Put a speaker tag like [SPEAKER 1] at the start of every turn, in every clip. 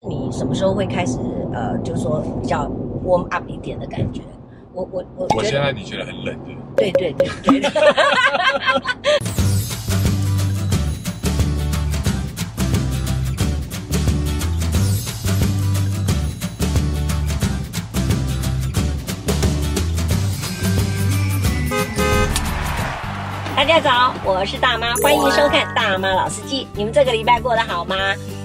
[SPEAKER 1] 你什么时候会开始呃，就是说比较 warm up 一点的感觉？我我我
[SPEAKER 2] 我
[SPEAKER 1] 觉
[SPEAKER 2] 现
[SPEAKER 1] 得
[SPEAKER 2] 在你觉得很冷的，
[SPEAKER 1] 对对对对 对。大家早，我是大妈，欢迎收看《大妈老司机》。你们这个礼拜过得好吗？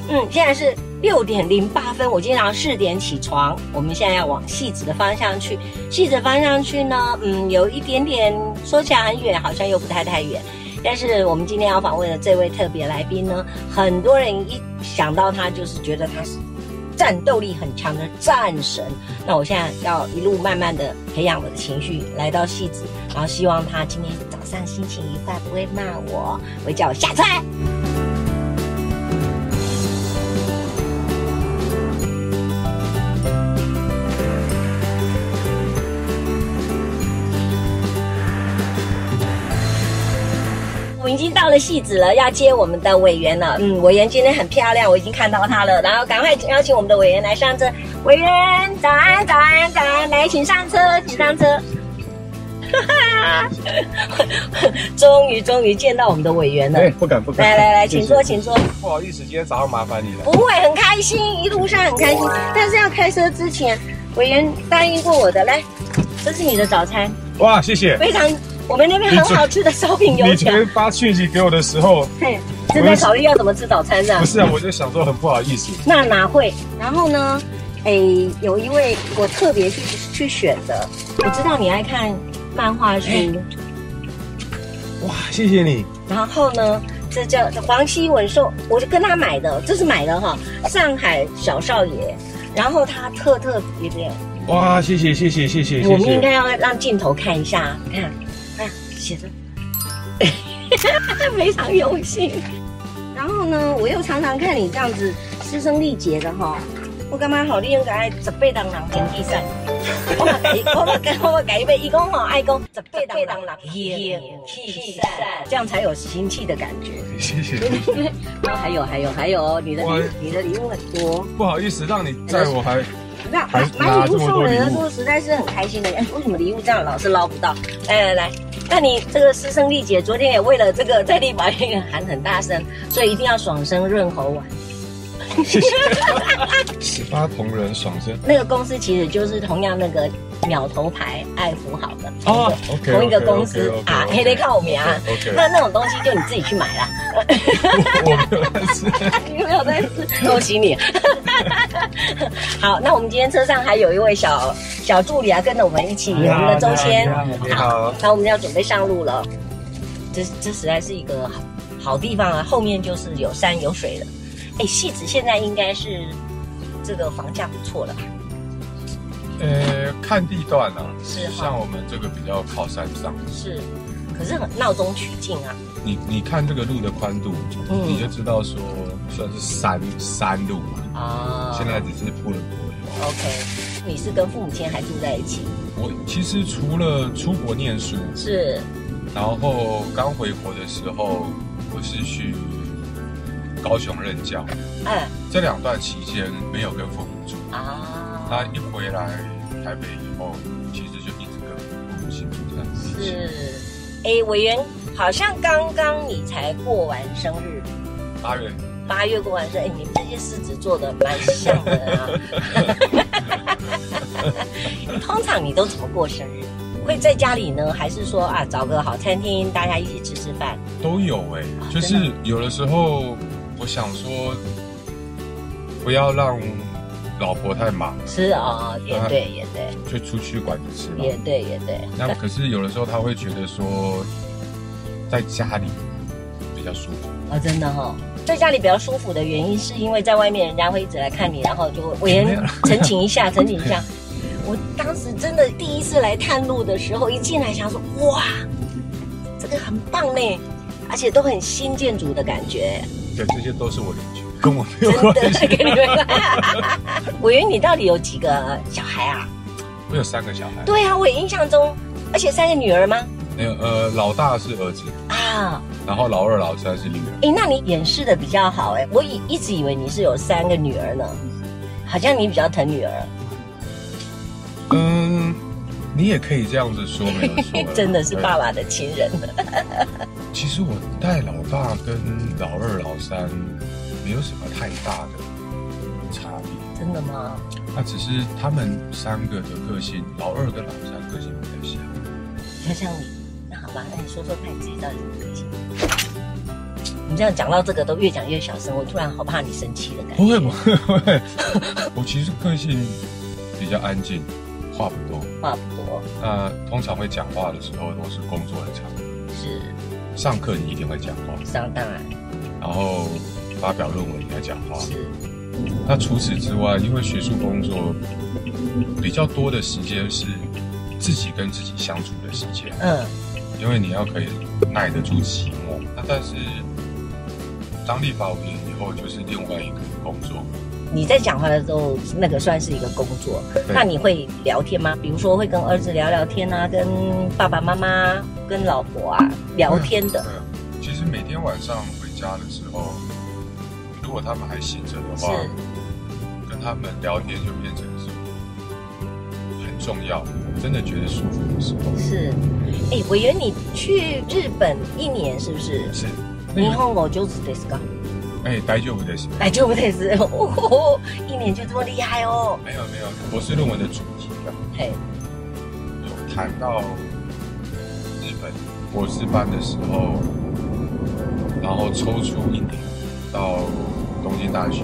[SPEAKER 1] 嗯，现在是六点零八分，我今天早上四点起床，我们现在要往戏子的方向去。戏子方向去呢，嗯，有一点点说起来很远，好像又不太太远。但是我们今天要访问的这位特别来宾呢，很多人一想到他就是觉得他是战斗力很强的战神。那我现在要一路慢慢的培养我的情绪，来到戏子，然后希望他今天早上心情愉快，不会骂我，会叫我下车。我们已经到了戏子了，要接我们的委员了。嗯，委员今天很漂亮，我已经看到她了。然后赶快邀请我们的委员来上车。委员，早安，早安，早安，来，请上车，请上车。 终于，终于见到我们的委员了。
[SPEAKER 2] 哎
[SPEAKER 3] 不敢不
[SPEAKER 1] 来来来，请坐，请坐。
[SPEAKER 2] 不好意思，今天早上麻烦你
[SPEAKER 1] 不
[SPEAKER 2] 了。
[SPEAKER 1] 会，很开心，一路上很开心。但是要开车之前，委员答应过我的，来，这是你的早餐，
[SPEAKER 2] 哇，谢谢。
[SPEAKER 1] 非常，我们那边很好吃的烧饼油
[SPEAKER 2] 哎你昨
[SPEAKER 1] 条。
[SPEAKER 2] 天发讯息给我的时候，
[SPEAKER 1] 嘿，正在考虑要怎么吃早餐这样
[SPEAKER 2] 不。是啊，我就想说很不好意思。
[SPEAKER 1] 那哪会？然后呢，诶，有一位我特别去去选的，我知道你爱看漫画书，
[SPEAKER 2] 哇，谢谢你。
[SPEAKER 1] 然后呢，这叫黄希文寿，我就跟他买的，这是买的哈，上海小少爷。然后他特特别的，
[SPEAKER 2] 哇，谢谢谢谢谢谢
[SPEAKER 1] 我
[SPEAKER 2] 谢
[SPEAKER 1] 们应
[SPEAKER 2] 谢。
[SPEAKER 1] 该要让镜头看一下，看，看写的，非常用心。然后呢，我又常常看你这样子师生力竭的哈、我感觉好，你应该十八人人平地赛。我嘛改，我嘛改，我嘛改杯，伊讲吼，爱讲十八人人人平地赛，这样才有行气的感觉。
[SPEAKER 2] 谢谢，
[SPEAKER 1] 然后还有还有还有，你的
[SPEAKER 2] 我
[SPEAKER 1] 礼你的礼物很多。
[SPEAKER 2] 不好意思让你在我还
[SPEAKER 1] 那
[SPEAKER 2] 还
[SPEAKER 1] 买礼物
[SPEAKER 2] 拿这么
[SPEAKER 1] 送
[SPEAKER 2] 多
[SPEAKER 1] 人的
[SPEAKER 2] 礼
[SPEAKER 1] 时
[SPEAKER 2] 物
[SPEAKER 1] 候实在是很开心的。哎， 为什么礼物这样老是捞不到？来来来，那你这个师生丽姐昨天也为了这个在立法院喊很大声，所以一定要爽声润喉丸。
[SPEAKER 2] 谢谢。十八铜人爽身
[SPEAKER 1] 那个公司其实就是同样那个鸟头牌爱福好的
[SPEAKER 2] 哦，OK，
[SPEAKER 1] 同一个公司啊，黑得靠我们啊。
[SPEAKER 2] OK，
[SPEAKER 1] 那那种东西就你自己去买啦，
[SPEAKER 2] 我没有认 识。
[SPEAKER 1] 你没有在 恭喜你。好，那我们今天车上还有一位小小助理啊，跟着我们一起，我们的周先。
[SPEAKER 2] 你好，
[SPEAKER 1] 那我们要准备上路了，这这实在是一个好好地方啊！后面就是有山有水了。哎，戏子现在应该是这个房价不错了吧，
[SPEAKER 2] 呃，看地段啊，
[SPEAKER 1] 是哈
[SPEAKER 2] 像我们这个比较靠山上，
[SPEAKER 1] 是，可是很闹中取静啊。
[SPEAKER 2] 你你看这个路的宽度，
[SPEAKER 1] 嗯
[SPEAKER 2] 你就知道说算是山山路嘛。
[SPEAKER 1] 啊，
[SPEAKER 2] 现在只是铺了柏油。
[SPEAKER 1] OK，你是跟父母亲还住在一起？
[SPEAKER 2] 我其实除了出国念书，
[SPEAKER 1] 是
[SPEAKER 2] 然后刚回国的时候，我是去高雄任教，
[SPEAKER 1] 哎
[SPEAKER 2] 这两段期间没有跟父母住。他
[SPEAKER 1] 啊，
[SPEAKER 2] 一回来台北以后，其实就一直跟父母亲住在一起。
[SPEAKER 1] 是哎，委员好像刚刚你才过完生日。
[SPEAKER 2] 八月
[SPEAKER 1] 八月过完生，哎、你们这些狮子座的蛮像的啊。 通常你都怎么过生日？会在家里呢，还是说啊找个好餐厅，大家一起吃吃饭？
[SPEAKER 2] 都有哎、
[SPEAKER 1] 啊
[SPEAKER 2] 就
[SPEAKER 1] 真
[SPEAKER 2] 是有的时候我想说，不要让老婆太忙，
[SPEAKER 1] 是啊、也
[SPEAKER 2] 啊
[SPEAKER 1] 对，也对，
[SPEAKER 2] 就出去管着吃
[SPEAKER 1] 也
[SPEAKER 2] 了。
[SPEAKER 1] 对，也对。
[SPEAKER 2] 那可是有的时候他会觉得说，在家里比较舒服。
[SPEAKER 1] 啊，真的哈、哦，在家里比较舒服的原因，是因为在外面人家会一直来看你，然后就我也
[SPEAKER 2] 没有
[SPEAKER 1] 澄清一 下，澄清一下。我当时真的第一次来探路的时候，一进来想说，哇，这个很棒呢，而且都很新建筑的感觉，
[SPEAKER 2] 对，这些都是我邻居，跟我没有
[SPEAKER 1] 真
[SPEAKER 2] 关
[SPEAKER 1] 的
[SPEAKER 2] 系。
[SPEAKER 1] 给 你们 看。我以为你到底有几个小孩啊？
[SPEAKER 2] 我有三个小孩，
[SPEAKER 1] 对啊，我也印象中，而且三个女儿吗？
[SPEAKER 2] 那个呃，老大是儿子，
[SPEAKER 1] 啊，
[SPEAKER 2] 然后老二、老三是女儿。
[SPEAKER 1] 诶，那你掩饰的比较好诶，我以一直以为你是有三个女儿呢。好像你比较疼女儿，。
[SPEAKER 2] 嗯，你也可以这样子说，没有错
[SPEAKER 1] 真的是
[SPEAKER 2] 对
[SPEAKER 1] 爸爸的亲人了。
[SPEAKER 2] 其实我带老大跟老二、老三没有什么太大的差别，
[SPEAKER 1] 真的吗？
[SPEAKER 2] 那只是他们三个的个性，老二跟老三个性比较像。
[SPEAKER 1] 比较像你。那好吧，那你说说看你自己到底怎么开心。你这样讲到这个都越讲越小声，我突然好怕你生气的感觉。
[SPEAKER 2] 不会，不会，不会。 我其实个性比较安静，话不多。
[SPEAKER 1] 话不多，
[SPEAKER 2] 那通常会讲话的时候都是工作的场合，
[SPEAKER 1] 是
[SPEAKER 2] 上课你一定会讲话，
[SPEAKER 1] 上当然
[SPEAKER 2] 然后发表论文也要讲话。
[SPEAKER 1] 是
[SPEAKER 2] 那除此之外，因为学术工作比较多的时间是自己跟自己相处的时间，
[SPEAKER 1] 嗯，
[SPEAKER 2] 因为你要可以耐得住寂寞。那但是当立法委员以后，就是另外一个工作。
[SPEAKER 1] 你在讲话的时候，那个算是一个工作。
[SPEAKER 2] 对
[SPEAKER 1] 那你会聊天吗？比如说会跟儿子聊聊天啊，跟爸爸妈妈、跟老婆啊聊天的，
[SPEAKER 2] 对，啊其实每天晚上回家的时候，如果他们还醒着的话
[SPEAKER 1] 是，
[SPEAKER 2] 跟他们聊天就变成是很重要，真的觉得舒服的时候
[SPEAKER 1] 是。哎，委员，你去日本一年是不是？
[SPEAKER 2] 是。那
[SPEAKER 1] 日
[SPEAKER 2] 有
[SPEAKER 1] 本我就只ですか？
[SPEAKER 2] 哎，待久不待行。
[SPEAKER 1] 来就不得是， 哦，一年就这么厉害哦。
[SPEAKER 2] 没有没有，博士论文的主题啊，
[SPEAKER 1] 嘿，
[SPEAKER 2] 有谈到日本博士班的时候，然后抽出一年到东京大学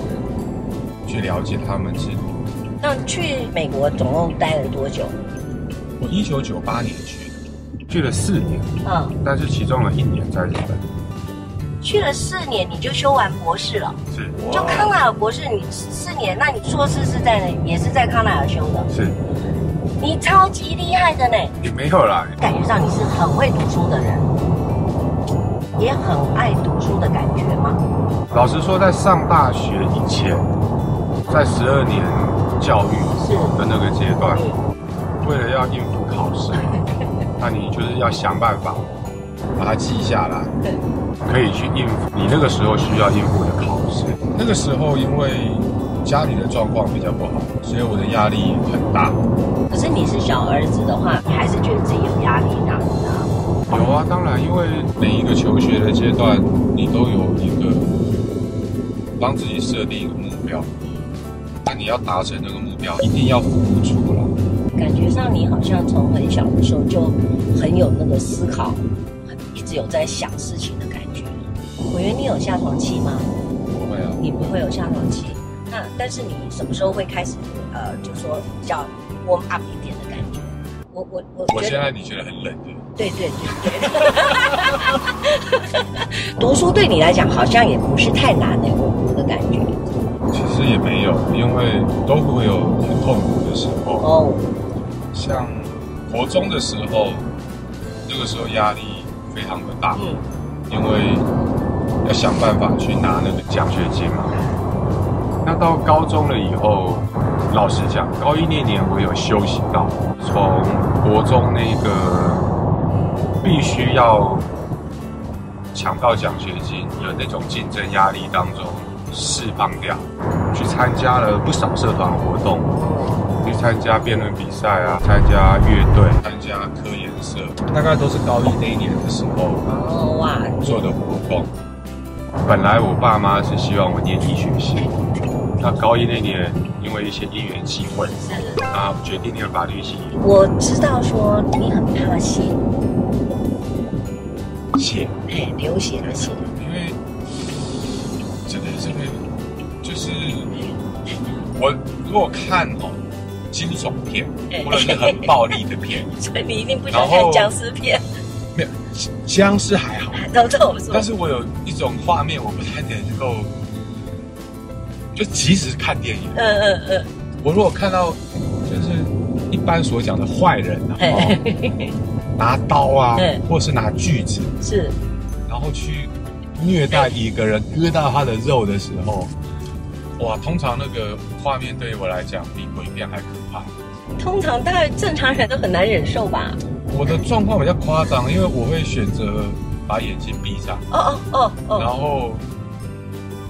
[SPEAKER 2] 去了解他们制度。
[SPEAKER 1] 那去美国总共待了多久？
[SPEAKER 2] 我一九九八年去的，去了四年，
[SPEAKER 1] 嗯，
[SPEAKER 2] 但是其中有一年在日本。
[SPEAKER 1] 去了四年，你就修完博士了，
[SPEAKER 2] 是
[SPEAKER 1] 就康奈尔博士，你四年，那你硕士是在也是在康奈尔修的，
[SPEAKER 2] 是
[SPEAKER 1] 你超级厉害的呢，
[SPEAKER 2] 也没有啦，
[SPEAKER 1] 感觉上你是很会读书的人，也很爱读书的感觉嘛。
[SPEAKER 2] 老实说，在上大学以前，在十二年教育
[SPEAKER 1] 是
[SPEAKER 2] 的那个阶段，
[SPEAKER 1] 嗯，
[SPEAKER 2] 为了要应付考试，那你就是要想办法把它记下来，
[SPEAKER 1] 对，
[SPEAKER 2] 可以去应付你那个时候需要应付的考试。那个时候因为家里的状况比较不好，所以我的压力很大。
[SPEAKER 1] 可是你是小儿子的话，你还是觉得自己有压力大的。
[SPEAKER 2] 有啊，当然，因为每一个求学的阶段，你都有一个帮自己设定一个目标，那你要达成那个目标，一定要付出了。
[SPEAKER 1] 感觉上你好像从很小的时候就很有那个思考，很一直有在想事情的感觉。我觉得你有下床期吗？
[SPEAKER 2] 不会啊，
[SPEAKER 1] 你不会有下床期。那但是你什么时候会开始呃，就说比较 warm up 一点的感觉？我我我
[SPEAKER 2] 啊我
[SPEAKER 1] 觉
[SPEAKER 2] 现
[SPEAKER 1] 得
[SPEAKER 2] 在你觉得很冷的，
[SPEAKER 1] 对对对对。 读书对你来讲好像也不是太难的，我我的感觉。
[SPEAKER 2] 其实也没有，因为都会有很痛苦的时候。
[SPEAKER 1] 哦，
[SPEAKER 2] 像国中的时候，那个时候压力非常的大，
[SPEAKER 1] 嗯，
[SPEAKER 2] 因为要想办法去拿那个奖学金嘛。那到高中了以后，老实讲，高一那年我有休息到，从国中那个必须要抢到奖学金的那种竞争压力当中释放掉，去参加了不少社团活动，去参加辩论比赛啊，参加乐队，参加科研社，大概都是高一那一年的时候
[SPEAKER 1] 哦哇，
[SPEAKER 2] 做的活动。本来我爸妈是希望我念医学系，那高一那年因为一些因缘际会，
[SPEAKER 1] 是。
[SPEAKER 2] 啊，决定念法律系，
[SPEAKER 1] 我知道说你很怕血，
[SPEAKER 2] 写，
[SPEAKER 1] 哎， 流血的血，
[SPEAKER 2] 因为这个这个就是我如果看哦惊悚片，或者是很暴力的片，
[SPEAKER 1] 所以你一定不
[SPEAKER 2] 然后
[SPEAKER 1] 尸片，
[SPEAKER 2] 没有僵尸还好，
[SPEAKER 1] 都这么说
[SPEAKER 2] 但是我有一种画面我不太能够，就即使看电影。
[SPEAKER 1] 嗯嗯嗯，
[SPEAKER 2] 我如果看到就是一般所讲的坏人啊，
[SPEAKER 1] 嘿
[SPEAKER 2] 哦、拿刀啊
[SPEAKER 1] 嘿，
[SPEAKER 2] 或是拿锯子，
[SPEAKER 1] 是
[SPEAKER 2] 然后去虐待一个人，割到他的肉的时候，哇，通常那个画面对于我来讲比鬼片还可怕。
[SPEAKER 1] 通常大概正常人都很难忍受吧？
[SPEAKER 2] 我的状况比较夸张，因为我会选择把眼睛闭上，
[SPEAKER 1] 哦哦哦
[SPEAKER 2] 然
[SPEAKER 1] 哦，
[SPEAKER 2] 后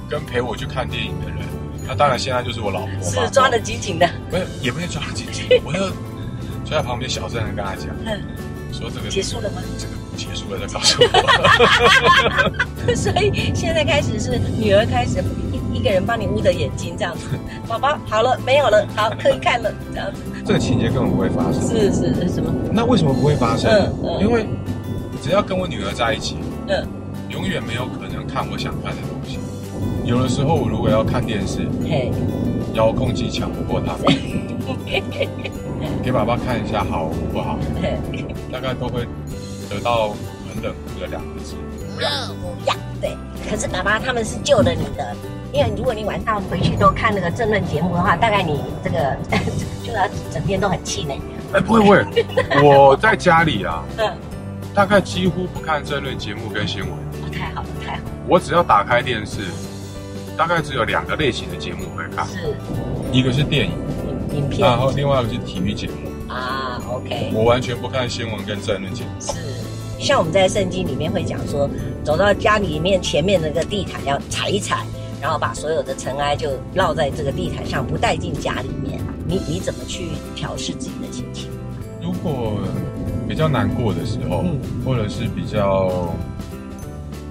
[SPEAKER 2] 跟陪我去看电影的人那当然，现在就是我老婆嘛，
[SPEAKER 1] 是抓得紧紧的，
[SPEAKER 2] 没有，也没有抓得紧紧，我就就在旁边小声的跟他讲，
[SPEAKER 1] 嗯，
[SPEAKER 2] 说这个
[SPEAKER 1] 结束了吗？
[SPEAKER 2] 这个结束了再告诉我。
[SPEAKER 1] 所以现在开始是女儿开始一一个人帮你捂着眼睛这样子，宝宝好了没有了，好可以看了这样子，
[SPEAKER 2] 这个情节根本不会发生。
[SPEAKER 1] 是是是什么？
[SPEAKER 2] 那为什么不会发生？
[SPEAKER 1] 嗯嗯
[SPEAKER 2] 因为只要跟我女儿在一起，
[SPEAKER 1] 嗯，
[SPEAKER 2] 永远没有可能看我想看的东西。有的时候，我如果要看电视，
[SPEAKER 1] 嘿，
[SPEAKER 2] 遥控器抢不过 他们，给爸爸看一下好不好？
[SPEAKER 1] 嘿，
[SPEAKER 2] 大概都会得到很冷酷的两个字。
[SPEAKER 1] 对。可是爸爸他们是救了你的，因为如果你晚上回去都看那个政论节目的话，大概你这个 就要整天都很气馁。
[SPEAKER 2] 哎、不会不会，我在家里啊，
[SPEAKER 1] 嗯，
[SPEAKER 2] 大概几乎不看争论节目跟新闻，
[SPEAKER 1] 哦太好了，太好了，
[SPEAKER 2] 我只要打开电视，大概只有两个类型的节目会看，
[SPEAKER 1] 是
[SPEAKER 2] 一个是电影，
[SPEAKER 1] 影影片
[SPEAKER 2] 然后另外一个是体育节目。
[SPEAKER 1] 啊，OK。
[SPEAKER 2] 我完全不看新闻跟政论节目。
[SPEAKER 1] 是，像我们在圣经里面会讲说，走到家里面前面那个地毯要踩一踩，然后把所有的尘埃就落在这个地毯上，不带进家里面。你你怎么去调试自己的心情？
[SPEAKER 2] 如果比较难过的时候，
[SPEAKER 1] 嗯
[SPEAKER 2] 或者是比较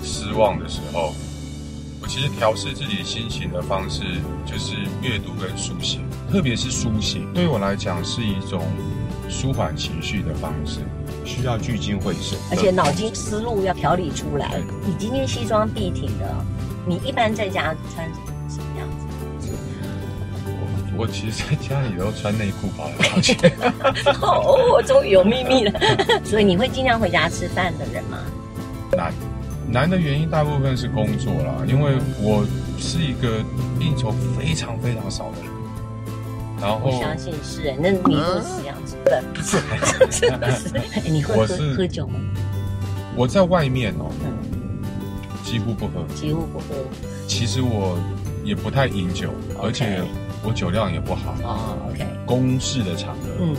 [SPEAKER 2] 失望的时候，我其实调试自己心情的方式就是阅读跟书写，特别是书写，对我来讲是一种舒缓情绪的方式，需要聚精会神。
[SPEAKER 1] 而且脑筋思路要条理出来
[SPEAKER 2] 对。
[SPEAKER 1] 你今天西装笔挺的哦，你一般在家穿什么样子？
[SPEAKER 2] 我我其实在家里都穿内裤跑来跑去，
[SPEAKER 1] 哦，我终于有秘密 了。所以你会尽量回家吃饭的人吗？
[SPEAKER 2] 难的原因大部分是工作啦，因为我是一个应酬非常非常少的人，然
[SPEAKER 1] 我
[SPEAKER 2] 后
[SPEAKER 1] 相信是，欸那你都是这样子的，不是，真的是。哎 你会
[SPEAKER 2] 我
[SPEAKER 1] 喝
[SPEAKER 2] 啊是
[SPEAKER 1] 喝酒吗？
[SPEAKER 2] 我在外面哦
[SPEAKER 1] 嗯。
[SPEAKER 2] 几乎不喝，
[SPEAKER 1] 几乎不喝。
[SPEAKER 2] 其实我也不太饮酒，
[SPEAKER 1] OK
[SPEAKER 2] 而且我酒量也不好。
[SPEAKER 1] 哦，OK，
[SPEAKER 2] 公事的场合，
[SPEAKER 1] 嗯，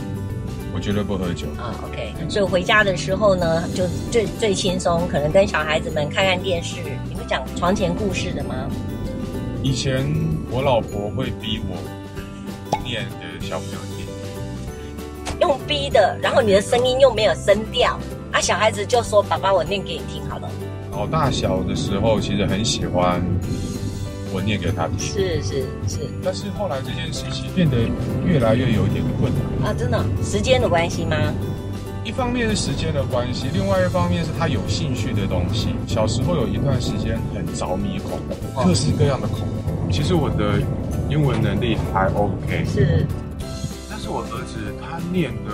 [SPEAKER 2] 我绝对不喝酒。
[SPEAKER 1] 啊，OK，所以回家的时候呢，就最最轻松，可能跟小孩子们看看电视。你会讲床前故事的吗？
[SPEAKER 2] 以前我老婆会逼我念给小朋友听，
[SPEAKER 1] 用逼的，然后你的声音又没有声调，啊，小孩子就说：“爸爸，我念给你听好了。
[SPEAKER 2] 老大小的时候其实很喜欢我念给他”听，
[SPEAKER 1] 是是是，
[SPEAKER 2] 但是后来这件事情变得越来越有一点困难。
[SPEAKER 1] 啊，真的，时间的关系吗？
[SPEAKER 2] 一方面是时间的关系，另外一方面是他有兴趣的东西。小时候有一段时间很着迷恐
[SPEAKER 1] 哦
[SPEAKER 2] 龙，各式各样的恐龙。其实我的英文能力还 OK，
[SPEAKER 1] 是
[SPEAKER 2] 但是我儿子他念的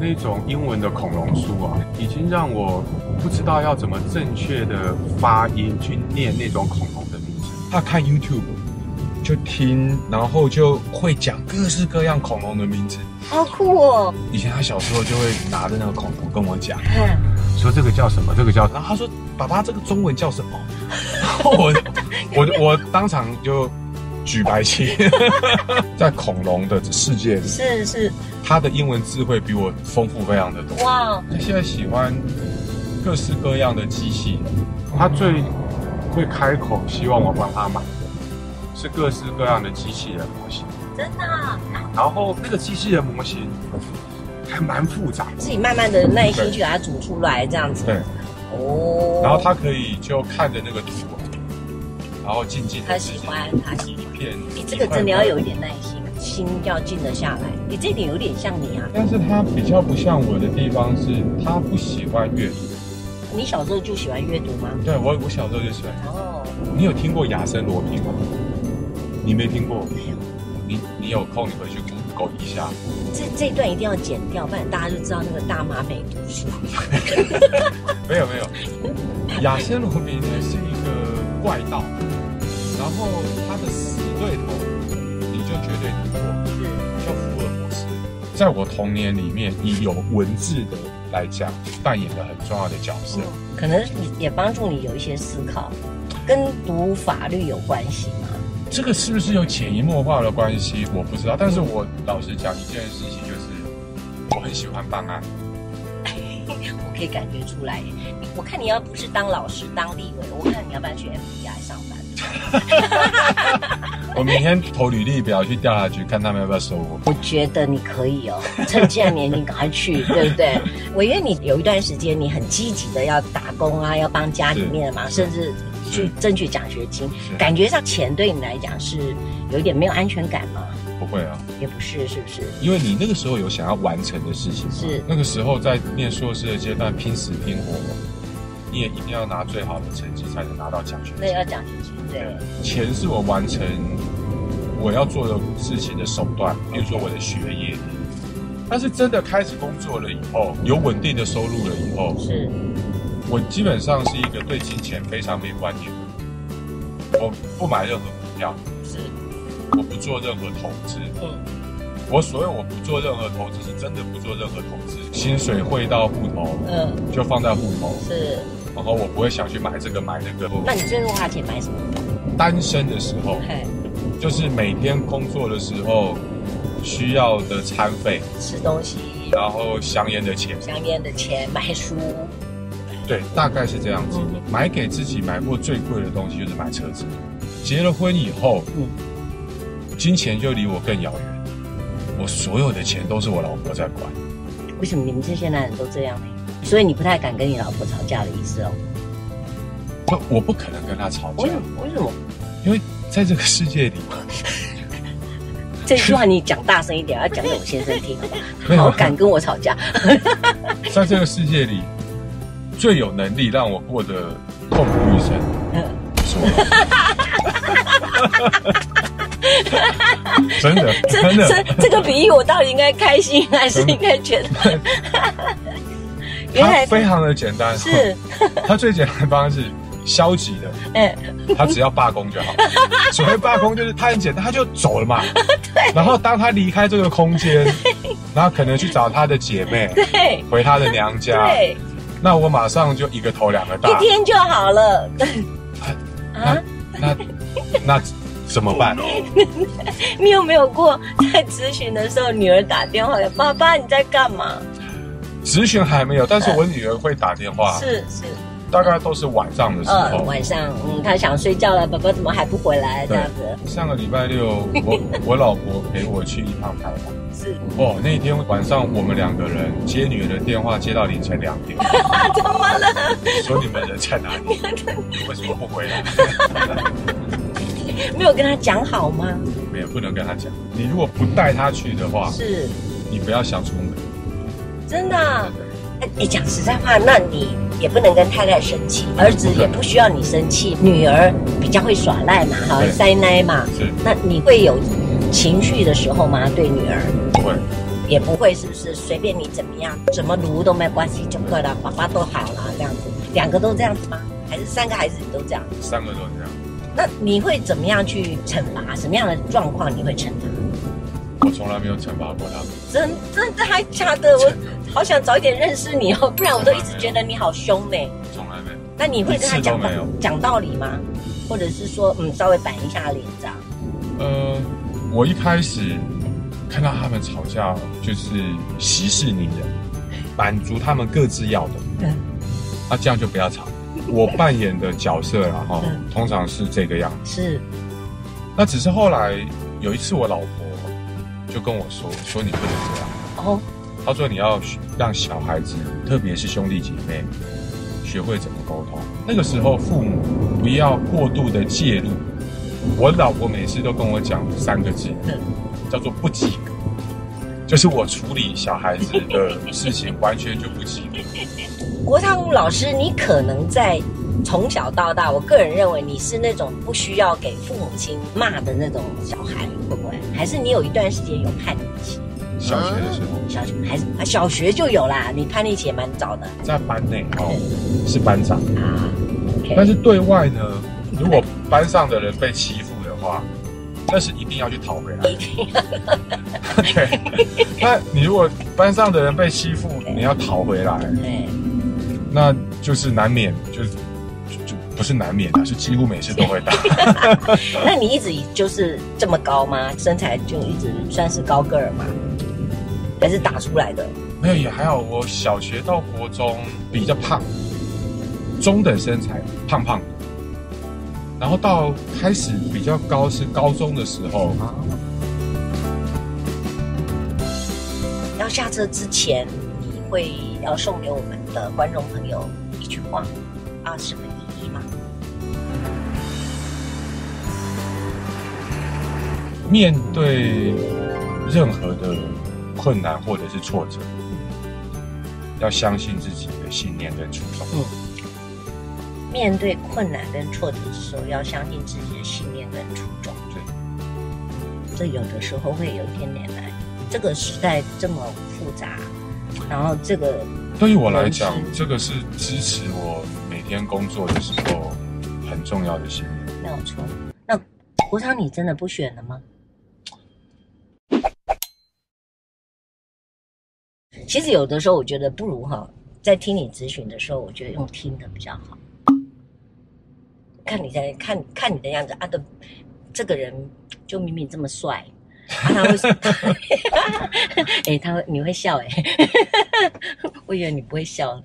[SPEAKER 2] 那种英文的恐龙书啊，已经让我不知道要怎么正确的发音去念那种恐龙的名字。他看 YouTube 就听，然后就会讲各式各样恐龙的名字。
[SPEAKER 1] 好酷哦！
[SPEAKER 2] 以前他小时候就会拿着那个恐龙跟我讲。
[SPEAKER 1] 看，
[SPEAKER 2] 说这个叫什么，这个叫，然后他说爸爸这个中文叫什么， 我我我当场就举白旗， 在恐龙的世界里，
[SPEAKER 1] 是是，
[SPEAKER 2] 他的英文智慧比我丰富非常的多。
[SPEAKER 1] 哇，
[SPEAKER 2] 他现在喜欢各式各样的机器，他最会开口希望我帮他买的是各式各样的机器人模型，
[SPEAKER 1] 真的啊、
[SPEAKER 2] 然后那个机器人模型还蛮复杂的，
[SPEAKER 1] 自己慢慢的耐心去把它煮出来，这样子。
[SPEAKER 2] 对。
[SPEAKER 1] 哦。
[SPEAKER 2] 然后他可以就看着那个图，然后静静地
[SPEAKER 1] 他喜欢，他喜欢。
[SPEAKER 2] 片
[SPEAKER 1] 你这个真的要有一点耐心，心要静得下来。你这点有点像你啊，
[SPEAKER 2] 但是他比较不像我的地方是，他不喜欢阅读。
[SPEAKER 1] 你小时候就喜欢阅读吗？
[SPEAKER 2] 对我，我小时候就喜欢。
[SPEAKER 1] 哦，
[SPEAKER 2] 你有听过亚森罗平吗？你没听过？你你有空你回去 Google 一下。
[SPEAKER 1] 这这一段一定要剪掉，不然大家就知道那个大妈没读书。
[SPEAKER 2] 没有没有，亚森罗平呢是一个怪盗，然后他的死对头你就绝对听过。
[SPEAKER 1] 是
[SPEAKER 2] 叫福尔摩斯，在我童年里面，以有文字的来讲，扮演了很重要的角色。
[SPEAKER 1] 嗯可能也帮助你有一些思考，跟读法律有关系吗？
[SPEAKER 2] 这个是不是有潜移默化的关系？我不知道，但是我老实讲一件事情，就是我很喜欢办案。
[SPEAKER 1] 我可以感觉出来耶。我看你要不是当老师当立委，我看你要不要去 FBI 上班？
[SPEAKER 2] 我明天投履历表去调查局看他们要不要收我。
[SPEAKER 1] 我觉得你可以哦，趁现在年龄赶快去，对不对？我因为你有一段时间你很积极的要打工啊，要帮家里面的忙，
[SPEAKER 2] 是
[SPEAKER 1] 甚至
[SPEAKER 2] 是
[SPEAKER 1] 去争取奖学金，
[SPEAKER 2] 是
[SPEAKER 1] 感觉上钱对你来讲是有一点没有安全感嘛？
[SPEAKER 2] 不会啊，
[SPEAKER 1] 也不是，是不是？
[SPEAKER 2] 因为你那个时候有想要完成的事情嘛，
[SPEAKER 1] 是
[SPEAKER 2] 那个时候在念硕士的阶段拼死拼活，你也一定要拿最好的成绩才能拿到奖学
[SPEAKER 1] 那
[SPEAKER 2] 金。
[SPEAKER 1] 要奖学金，对，
[SPEAKER 2] 钱是我完成我要做的事情的手段，比如说我的学业。但是真的开始工作了以后，有稳定的收入了以后，
[SPEAKER 1] 是
[SPEAKER 2] 我基本上是一个对金钱非常没观念的人。我不买任何股票，
[SPEAKER 1] 是，
[SPEAKER 2] 我不做任何投资。
[SPEAKER 1] 嗯，
[SPEAKER 2] 我所有我不做任何投资，是真的不做任何投资。薪水汇到户头
[SPEAKER 1] 嗯，
[SPEAKER 2] 就放在户头，
[SPEAKER 1] 是。
[SPEAKER 2] 然后我不会想去买这个买那个。
[SPEAKER 1] 那你最后花钱买什么？
[SPEAKER 2] 单身的时候，
[SPEAKER 1] 嘿，
[SPEAKER 2] 就是每天工作的时候需要的餐费，
[SPEAKER 1] 吃东西、
[SPEAKER 2] 然后香烟的钱，
[SPEAKER 1] 香烟的钱、买书，
[SPEAKER 2] 对，大概是这样子
[SPEAKER 1] 嗯。
[SPEAKER 2] 买给自己买过最贵的东西就是买车子。结了婚以后，
[SPEAKER 1] 嗯
[SPEAKER 2] 金钱就离我更遥远。我所有的钱都是我老婆在管，
[SPEAKER 1] 为什么你们这些男人都这样呢？所以你不太敢跟你老婆吵架的意思哦？
[SPEAKER 2] 我我不可能跟她吵架
[SPEAKER 1] 为，什么？为什么？
[SPEAKER 2] 因为在这个世界里，
[SPEAKER 1] 这句话你讲大声一点，要讲给我先生听，好吧？
[SPEAKER 2] 没有
[SPEAKER 1] 好敢跟我吵架，
[SPEAKER 2] 在这个世界里，最有能力让我过得痛苦一生
[SPEAKER 1] 嗯
[SPEAKER 2] 是我老婆。真的，
[SPEAKER 1] 这
[SPEAKER 2] 真的，
[SPEAKER 1] 这这个比喻我到底应该开心还是应该 觉得？原
[SPEAKER 2] 它
[SPEAKER 1] 来
[SPEAKER 2] 非常的简单，
[SPEAKER 1] 是，
[SPEAKER 2] 它最简单的方式，消极的，
[SPEAKER 1] 哎，
[SPEAKER 2] 他只要罢工 就好。所谓罢工就是他很简单，他就走了嘛。然后当他离开这个空间，然后可能去找他的姐妹，
[SPEAKER 1] 对
[SPEAKER 2] 回他的娘家。
[SPEAKER 1] 对，
[SPEAKER 2] 那我马上就一个头两个大哎
[SPEAKER 1] 一。天就好了。啊，
[SPEAKER 2] 那那怎么办？
[SPEAKER 1] 你有没有过在咨询的时候，女儿打电话来，爸爸你在干嘛？
[SPEAKER 2] 咨询还没有，但是我女儿会打电话，
[SPEAKER 1] 哎是是，
[SPEAKER 2] 大概都是晚上的时
[SPEAKER 1] 呃，
[SPEAKER 2] 候。
[SPEAKER 1] 晚上嗯，她想睡觉了，爸爸怎么还不回来？这
[SPEAKER 2] 对
[SPEAKER 1] 样子
[SPEAKER 2] 上个礼拜六，我 我老婆陪我去一趟台湾。
[SPEAKER 1] 是
[SPEAKER 2] 哦，那天晚上我们两个人接女儿的电话，接到凌晨两点。
[SPEAKER 1] 啊， 怎么了？
[SPEAKER 2] 说你们人在哪里？ 为什么不回来？
[SPEAKER 1] 没有跟她讲好吗？
[SPEAKER 2] 我们也不能跟他讲。你如果不带他去的话，
[SPEAKER 1] 是
[SPEAKER 2] 你不要想出门。
[SPEAKER 1] 真的啊、哎你讲实在话，那你也不能跟太太生气，儿子也不需要你生气，女儿比较会耍赖嘛，好
[SPEAKER 2] 对
[SPEAKER 1] 塞奶嘛，
[SPEAKER 2] 是
[SPEAKER 1] 那你会有情绪的时候吗？对女儿
[SPEAKER 2] 不会，
[SPEAKER 1] 也不会，是不是？随便你怎么样，怎么撸都没关系就可以了，爸爸都好了，这样子，两个都这样子吗？还是三个孩子你都这样？
[SPEAKER 2] 三个都这样。
[SPEAKER 1] 那你会怎么样去惩罚？什么样的状况你会惩罚？
[SPEAKER 2] 我从来没有惩罚过他们。
[SPEAKER 1] 真 真的还假的？我好想早一点认识你哦，不然我都一直觉得你好凶呢、
[SPEAKER 2] 从来没有。
[SPEAKER 1] 那你会跟他讲
[SPEAKER 2] 一次
[SPEAKER 1] 道
[SPEAKER 2] 都没有
[SPEAKER 1] 讲道理吗？或者是说，嗯，稍微板一下脸这样？
[SPEAKER 2] 呃，我一开始看到他们吵架，就是息事宁人，满足他们各自要的。
[SPEAKER 1] 嗯
[SPEAKER 2] 那、这样就不要吵。我扮演的角色然后
[SPEAKER 1] 嗯
[SPEAKER 2] 通常是这个样子。
[SPEAKER 1] 是
[SPEAKER 2] 那只是后来有一次，我老婆就跟我说：“说你不能这样。”
[SPEAKER 1] 哦，
[SPEAKER 2] 他说你要让小孩子，特别是兄弟姐妹，学会怎么沟通。那个时候父母不要过度的介入。我老婆每次都跟我讲三个字
[SPEAKER 1] 嗯，
[SPEAKER 2] 叫做不及格，就是我处理小孩子的事情完全就不及格。
[SPEAKER 1] 国昌老师，你可能在从小到大，我个人认为你是那种不需要给父母亲骂的那种小孩，会不会？还是你有一段时间有叛逆期？
[SPEAKER 2] 小学的时候
[SPEAKER 1] 小学还是啊小学就有啦，你叛逆期也蛮早的
[SPEAKER 2] 在班内哦是班长，
[SPEAKER 1] 啊。OK
[SPEAKER 2] 但是对外呢，如果班上的人被欺负的话，那是一定要去讨回来的。 对，那你如果班上的人被欺负，你要讨回来，
[SPEAKER 1] 对，
[SPEAKER 2] 那就是难免，就是就就不是难免啊，是几乎每次都会打。
[SPEAKER 1] 那你一直就是这么高吗？身材就一直算是高个儿吗？还是打出来的？
[SPEAKER 2] 没有也还好，我小学到国中比较胖，中等身材，胖胖的。然后到开始比较高是高中的时候，
[SPEAKER 1] 要下车之前，你会要送给我们的观众朋友一句话啊，什么意义吗？
[SPEAKER 2] 面对任何的困难或者是挫折，要相信自己的信念跟初衷。
[SPEAKER 1] 面对困难跟挫折的时候，要相信自己的信念跟初衷。这有的时候会有一点点难。这个时代这么复杂，然后这个
[SPEAKER 2] 对于我来讲
[SPEAKER 1] 嗯，
[SPEAKER 2] 这个是支持我每天工作的时候很重要的信念。
[SPEAKER 1] 没有错。那国昌，你真的不选了吗？其实有的时候，我觉得不如哈，在听你咨询的时候，我觉得用听的比较好。看你在看看你的样子啊，对，这个人就明明这么帅，啊、他为什么？ 哎、他会你会笑哎、我以为你不会笑。